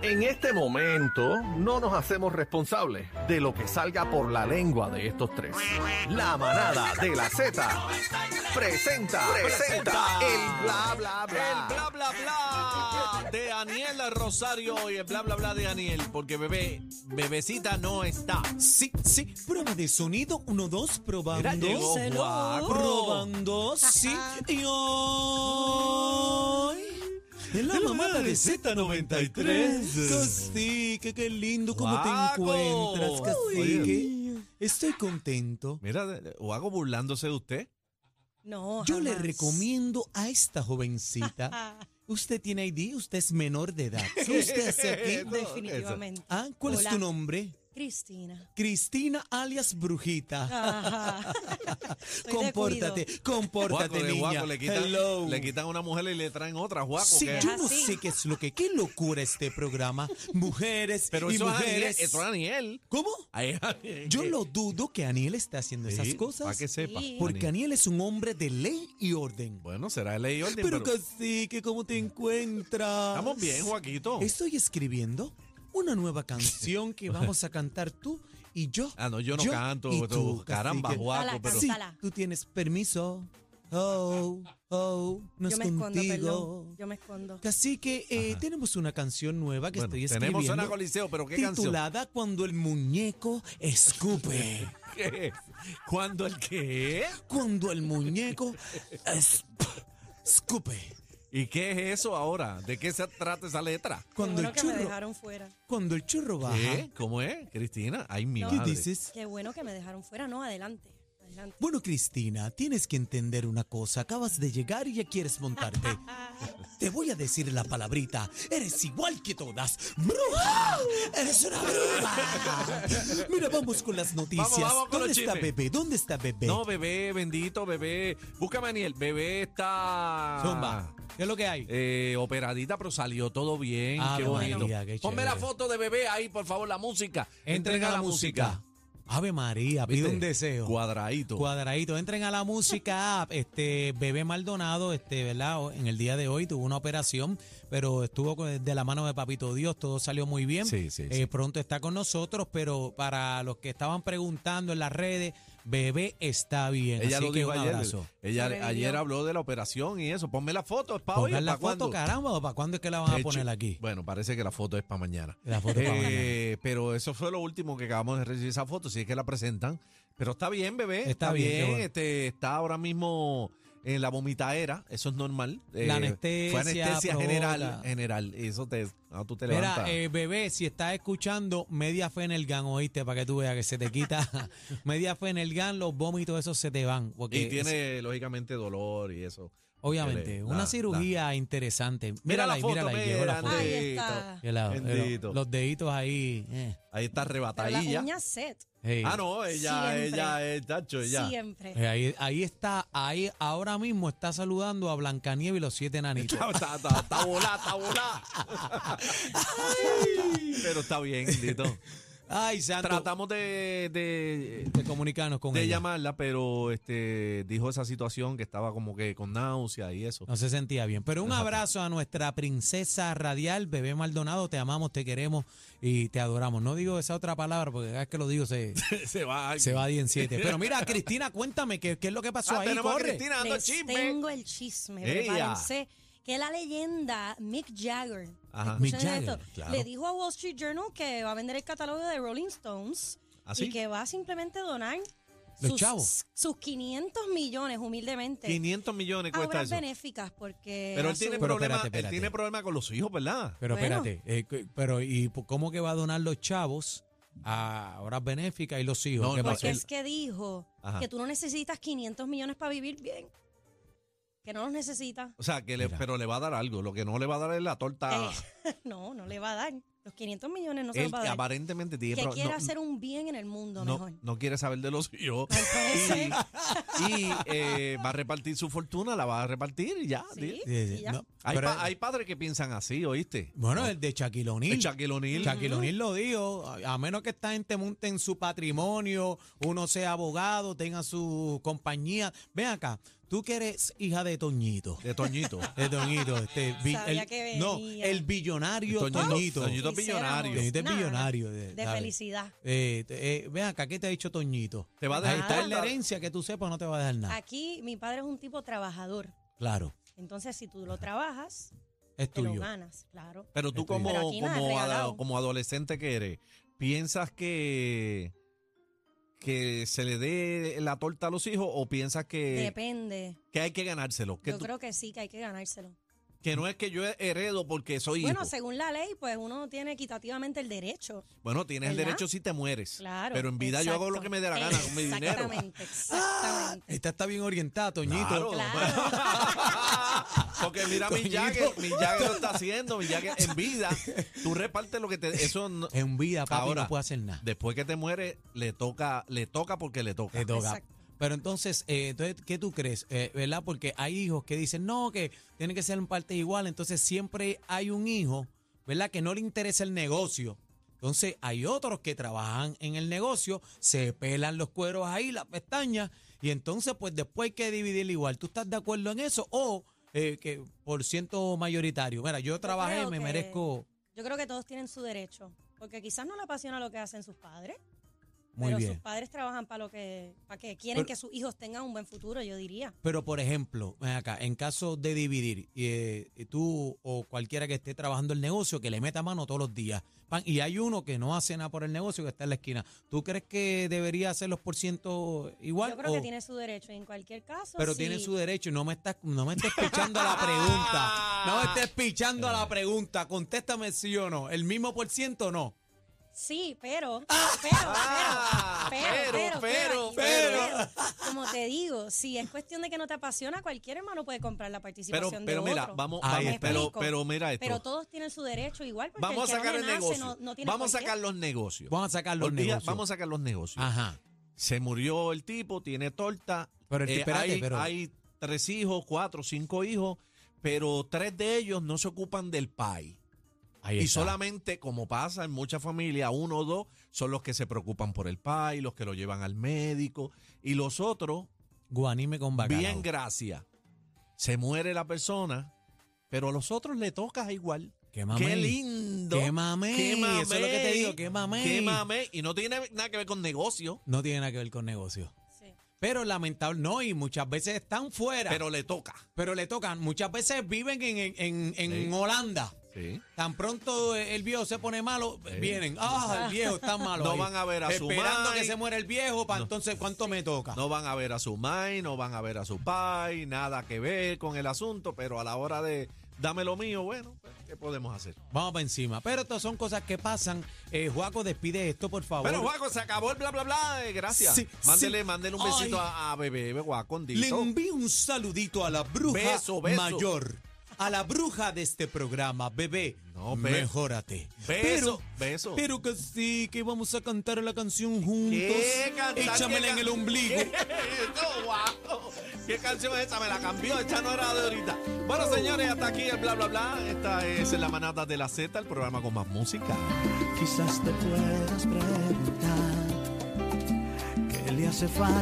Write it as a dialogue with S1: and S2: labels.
S1: En este momento no nos hacemos responsables de lo que salga por la lengua de estos tres. La manada de la Z presenta, presenta el bla bla bla.
S2: El bla bla bla de Daniel Rosario y el bla bla bla de Daniel, porque bebé, bebecita no está.
S3: Sí, sí. Prueba de sonido. Uno, dos. Probando.
S2: Mira, llegó
S3: Cero.
S2: Guaco.
S3: Probando. Sí. Y hoy. Es la mamada de Z93. Costique, qué lindo cómo te
S2: Guaco.
S3: encuentras, Costique.
S4: Uy.
S3: Estoy contento.
S2: Mira, o hago burlándose de usted.
S4: No,
S3: Yo le
S4: jamás. Ah,
S3: recomiendo a esta jovencita. Usted tiene ID, usted es menor de edad. ¿Qué usted hace aquí?
S4: Definitivamente.
S3: Ah, ¿Cuál
S4: Hola,
S3: es tu nombre?
S4: Cristina.
S3: Cristina alias Brujita.
S4: Ajá. Estoy
S3: compórtate,
S4: de
S2: Guaco,
S3: compórtate,
S2: de
S3: niña.
S2: guaco, le quitan,
S3: Hello.
S2: le quitan una mujer y le traen otra, guaco.
S3: Sí,
S2: que-
S3: yo no
S4: así.
S3: sé qué es lo que, qué locura este programa. Mujeres
S2: pero
S3: y
S2: eso es Aniel,
S3: mujeres.
S2: eso es Aniel.
S3: ¿Cómo?
S2: Ahí es Aniel.
S3: Yo lo dudo que Aniel esté haciendo esas
S2: Sí, Para
S3: cosas.
S2: que sepa.
S4: Sí.
S3: Porque
S2: Aniel.
S3: Aniel es un hombre de ley y orden.
S2: Bueno, será el ley y orden,
S3: Pero
S2: pero
S3: casi que cómo te encuentras.
S2: estamos bien, Joaquito.
S3: Estoy escribiendo una nueva canción que vamos a cantar tú y yo.
S2: Ah, no, yo no canto,
S3: y
S2: tú, caramba,
S3: cacique.
S2: guaco, pero
S4: Cántala,
S3: Sí,
S4: Cántala.
S3: tú tienes permiso. Oh, oh, no
S4: Yo
S3: es
S4: me escondo,
S3: contigo.
S4: perdón. Yo me escondo.
S3: Así que eh,
S2: Ajá.
S3: tenemos una canción nueva que
S2: Bueno,
S3: estoy escribiendo.
S2: tenemos una coliseo, pero qué canción.
S3: titulada Cuando el muñeco escupe.
S2: ¿Qué es? ¿Cuándo el qué?
S3: Cuando el muñeco es- escupe.
S2: ¿Y qué es eso ahora? ¿De qué se trata esa letra?
S3: Cuando
S4: Qué
S3: el
S4: bueno que me
S3: churro,
S4: dejaron fuera.
S3: cuando el churro baja.
S2: ¿Qué? ¿Cómo es, Cristina? Ay, mi
S3: ¿Qué
S2: madre.
S3: dices?
S4: Qué bueno que me dejaron fuera. No, adelante. Adelante.
S3: Bueno, Cristina, tienes que entender una cosa. Acabas de llegar y ya quieres montarte. Te voy a decir la palabrita. Eres igual que todas. ¡Bruja! ¡Eres una bruja! Mira, vamos con las noticias.
S2: Vamos, vamos con los
S3: ¿Dónde está
S2: chismes.
S3: bebé? ¿Dónde está bebé?
S2: No, bebé, bendito, bebé. Búscame, Aniel. Bebé está.
S3: Zumba. ¿Qué es lo que hay?
S2: eh, operadita, pero salió todo bien.
S3: Ave
S2: qué bonito.
S3: María, Ah, qué
S2: Ponme la
S3: chévere.
S2: foto de bebé ahí, por favor, la música.
S3: Entren a la música. Ave María,
S2: ¿Viste?
S3: pide un deseo.
S2: Cuadradito.
S3: Cuadradito, entren a la música app. Este bebé Maldonado, este, ¿verdad? O- En el día de hoy tuvo una operación, pero estuvo con- de la mano de Papito Dios, todo salió muy bien.
S2: Sí, sí,
S3: Eh,
S2: sí.
S3: Pronto está con nosotros, pero para los que estaban preguntando en las redes, bebé está bien.
S2: Ella
S3: Así
S2: lo
S3: que
S2: dijo
S3: un
S2: ayer.
S3: abrazo.
S2: Ella
S4: Sobrevivió.
S2: ayer habló de la operación y eso. Ponme la foto, es para hoy. ¿Para
S3: Pongan la foto,
S2: cuándo?
S3: caramba, ¿o ¿para cuándo es que la van a
S2: Hecho.
S3: poner aquí?
S2: Bueno, parece que la foto es para mañana.
S3: La foto para mañana.
S2: Eh, pero eso fue lo último que acabamos de recibir esa foto, si es que la presentan. Pero está bien, bebé. Está,
S3: Está
S2: bien.
S3: bien, qué bueno.
S2: este, está ahora mismo en la vomitadera, eso es normal. Eh,
S3: La anestesia,
S2: Fue anestesia
S3: provoca.
S2: general, general. y Eso te, ah, tú te levantas.
S3: Mira, eh, bebé, si estás escuchando, media fe en el gan, oíste, para que tú veas que se te quita. media fe en el gan, los vómitos esos se te van. Porque
S2: y tiene, lógicamente, dolor y eso.
S3: Obviamente,
S2: Mire,
S3: una
S2: la-
S3: cirugía interesante.
S2: Mira
S3: Mírala,
S2: la
S3: ahí,
S2: foto,
S3: mírala, ahí,
S2: mira,
S3: llegó la foto.
S4: Ahí
S2: Andrito.
S4: está.
S3: Mira, mira,
S2: Bendito.
S3: los deditos ahí. eh,
S2: Ahí está
S4: Pero la
S2: arrebatadilla.
S4: uña set.
S3: hey.
S2: Ah, no, ella,
S4: Siempre.
S2: ella, el tacho, ella.
S4: Siempre.
S3: Eh, Ahí, ahí está, ahí ahora mismo está saludando a Blancanieves y los siete enanitos.
S2: Está, está, está, está volá, está volá. Pero está bien, Dito.
S3: Ay, santo.
S2: Tratamos de, de,
S3: de comunicarnos con
S2: de
S3: ella.
S2: llamarla, pero este dijo esa situación que estaba como que con náusea y eso.
S3: No se sentía bien. Pero un
S2: Ajá.
S3: abrazo a nuestra princesa radial, bebé Maldonado. Te amamos, te queremos y te adoramos. No digo esa otra palabra porque cada vez que lo digo se,
S2: se va.
S3: se va a 10 en 7. Pero mira, Cristina, cuéntame qué, qué es lo que pasó
S2: Ah,
S3: ahí.
S2: tenemos a
S3: corre.
S2: Cristina dando
S4: Les
S2: chisme.
S4: tengo el chisme.
S2: Ella.
S4: Prepárense. Que la leyenda Mick Jagger.
S2: Ajá.
S4: escuchen
S3: Mick Jagger,
S4: esto,
S2: claro.
S4: Le dijo a Wall Street Journal que va a vender el catálogo de Rolling Stones
S2: ¿Ah, sí?
S4: y que va a simplemente donar
S3: Los
S4: sus,
S3: chavos.
S4: sus 500 millones humildemente
S2: 500 millones
S4: a
S2: cuesta
S4: obras
S2: eso.
S4: benéficas porque
S2: Pero
S4: a
S2: él
S4: su-
S2: tiene,
S3: Pero
S2: problema,
S3: espérate,
S2: él
S3: espérate.
S2: tiene problema con los hijos, ¿verdad?
S3: Pero
S4: Bueno.
S3: espérate, eh, cu- pero ¿y p- cómo que va a donar los chavos a horas benéficas y los hijos?
S2: No,
S3: ¿Qué
S2: no,
S3: pasó?
S4: porque es que dijo
S2: Ajá.
S4: que tú no necesitas 500 millones para vivir bien, que no los necesitas.
S2: O sea, que le,
S3: Mira.
S2: pero le va a dar algo. Lo que no le va a dar es la torta.
S4: Eh, no, no le va a dar. Los 500 millones no se
S2: él
S4: los va a dar.
S2: aparentemente tiene
S4: que
S2: pro-
S4: quiere
S2: no,
S4: hacer un bien en el mundo
S2: no,
S4: mejor.
S2: no quiere saber de los hijos.
S4: Al parecer,
S2: y eh, va a repartir su fortuna, la va a repartir y ya.
S4: sí,
S3: Sí, sí,
S4: y ya.
S3: Eh, no,
S2: Hay,
S3: pero-
S2: pa- hay padres que piensan así, ¿oíste?
S3: bueno, el de Shaquille
S2: El
S3: O'Neal.
S2: Shaquille O'Neal.
S3: Shaquille O'Neal lo dijo, a, a menos que esta gente monte en su patrimonio, uno sea abogado, tenga su compañía. Ven acá, Tú que eres hija de Toñito.
S2: De Toñito.
S3: De Toñito. Este, bi-
S4: Sabía
S3: el,
S4: que
S3: No,
S4: venía.
S3: el billonario
S2: Toñito,
S3: Toñito.
S2: Toñito. Toñito es
S4: Quisiéramos.
S2: billonario.
S3: Toñito es
S4: Nah,
S3: billonario. eh,
S4: De
S3: ¿sabes?
S4: felicidad.
S3: Eh, te- eh, ven acá, ¿qué te ha dicho Toñito?
S2: Te va a
S4: Ah,
S3: Ahí
S2: dejar
S3: está
S2: todo.
S3: en la herencia que tú sepas, no te va a dejar
S2: Ah.
S3: nada.
S4: Aquí mi padre es un tipo trabajador.
S3: Claro,
S4: Entonces, si tú lo trabajas,
S3: es
S4: te lo
S3: tuyo.
S4: ganas, claro.
S2: Pero tú
S3: Estoy-
S2: como,
S4: Este, Pero aquí nada es
S2: como,
S4: regalado.
S2: ada- como adolescente que eres, ¿piensas que, que se le dé la torta a los hijos o piensas que,
S4: Depende.
S2: que hay que ganárselo? Eh, Que,
S4: Yo
S2: tú-
S4: creo que sí, que hay que ganárselo.
S2: que no es que yo heredo porque soy
S4: Bueno,
S2: hijo.
S4: según la ley, pues uno tiene equitativamente el derecho.
S2: Bueno, tienes el
S4: ¿Verdad?
S2: derecho si te mueres.
S4: Claro.
S2: pero en vida yo hago lo
S4: exacto.
S2: que me dé la gana con mi dinero.
S3: Ah,
S4: Exactamente, exactamente.
S3: esta está bien orientada, Toñito.
S2: Claro. Porque mira, mi
S3: Toñito.
S2: Jagger, mi Jagger lo está haciendo, mi Jagger en vida. Tú repartes lo que te. Eso no-
S3: En vida, papi,
S2: Ahora,
S3: no puede hacer nada.
S2: después que te mueres, le toca, le toca porque le toca.
S3: Le toca.
S4: Exacto.
S3: Pero entonces, eh, entonces, ¿qué tú crees? Eh, ¿Verdad? Porque hay hijos que dicen, no, que tienen que ser en parte igual. Entonces, siempre hay un hijo, ¿verdad? Que no le interesa el negocio. Entonces, hay otros que trabajan en el negocio, se pelan los cueros ahí, las pestañas, y entonces, pues después hay que dividir igual. ¿Tú estás de acuerdo en eso? O eh, que por ciento mayoritario. Mira, yo trabajé,
S4: creo
S3: me
S4: que-
S3: merezco.
S4: Yo creo que todos tienen su derecho, porque quizás no le apasiona lo que hacen sus padres,
S3: Muy
S4: pero
S3: bien.
S4: sus padres trabajan para lo que para que quieren
S3: Pero-
S4: que sus hijos tengan un buen futuro, yo diría.
S3: Pero, por ejemplo, ven acá, en caso de dividir, eh, tú o cualquiera que esté trabajando el negocio, que le meta mano todos los días, pan, y hay uno que no hace nada por el negocio, que está en la esquina, ¿tú crees que debería hacer los por ciento igual?
S4: Yo creo
S2: Oh.
S4: que
S3: o-
S4: tiene su derecho y en cualquier caso.
S3: pero
S4: si-
S3: tiene su derecho y no me, estás, no me estés pichando a la pregunta. No me estés pichando a la pregunta. Contéstame sí o no. ¿El mismo por ciento o no?
S4: Sí, pero, pero,
S2: Ah,
S4: pero, pero,
S2: pero,
S4: pero,
S2: pero,
S4: pero, Como te digo, si es cuestión de que no te apasiona, cualquier hermano puede comprar la
S2: Pero,
S4: participación de
S2: pero mira,
S4: otro.
S2: vamos,
S3: Ahí
S2: vamos,
S3: está.
S2: pero,
S4: Explico.
S2: pero mira esto.
S4: Pero todos tienen su derecho igual. Porque
S2: vamos a
S4: el que
S2: sacar
S4: no
S2: el
S4: le nace
S2: negocio.
S4: no- no tiene
S2: vamos a
S4: por qué.
S2: sacar los negocios.
S3: Vamos a sacar los
S2: Olvida-
S3: negocios. Ah.
S2: Vamos a sacar los negocios.
S3: Ajá.
S2: Se murió el tipo, tiene torta.
S3: Pero el-
S2: eh,
S3: espérate,
S2: hay,
S3: pero-
S2: hay tres hijos, cuatro, cinco hijos, pero tres de ellos no se ocupan del país.
S3: Ahí
S2: Y
S3: está.
S2: solamente, como pasa en muchas familias, uno o dos son los que se preocupan por el país, los que lo llevan al médico. Y los otros,
S3: Guanime con bacalao.
S2: bien gracias. Se muere la persona, pero a los otros le toca igual.
S3: Qué mamey.
S2: Qué lindo.
S3: Qué mamey.
S2: Qué mamey.
S3: Eso es lo que te digo, qué mamey.
S2: Qué mamey. Y no tiene nada que ver con negocio,
S3: No tiene nada que ver con negocio.
S4: Sí.
S3: Pero lamentable, no, y muchas veces están fuera, pero,
S2: pero le toca.
S3: le tocan, muchas veces viven en, en- en- en
S2: Sí.
S3: Holanda.
S2: Sí.
S3: Tan pronto el viejo se pone malo,
S2: Sí.
S3: vienen, ah, el viejo está malo.
S2: No
S3: ahí.
S2: van a ver a su
S3: Esperando
S2: mai.
S3: que se muera el viejo, para entonces cuánto me toca.
S2: No van a ver a su mai, no van a ver a su pai, nada que ver con el asunto, pero a la hora de dame lo mío, bueno, pues, ¿qué podemos hacer?
S3: Vamos para encima. Pero estas son cosas que pasan. Eh, Juaco, despide esto, por favor.
S2: Bueno, Guaco, se acabó el bla, bla, bla. eh, Gracias.
S3: Sí,
S2: mándele,
S3: sí.
S2: mándele un besito
S3: Ay.
S2: a, a bebé, bebé Guaco, condito.
S3: Le envío un saludito a la bruja
S2: Beso, beso.
S3: mayor, a la bruja de este programa, bebé.
S2: No, be-
S3: mejórate.
S2: Beso, beso.
S3: Pero que sí, que vamos a cantar la canción juntos.
S2: ¿Qué cantar?
S3: Échamela
S2: ¿Qué
S3: en
S2: ca-
S3: el ombligo.
S2: ¿Qué? No, Guaco. ¿Qué canción es esa? Me la cambió, esta no era de ahorita. Bueno, señores, hasta aquí el bla, bla, bla. Esta es La Manada de la Z, el programa con más música.
S5: Quizás te puedas preguntar qué le hace falta.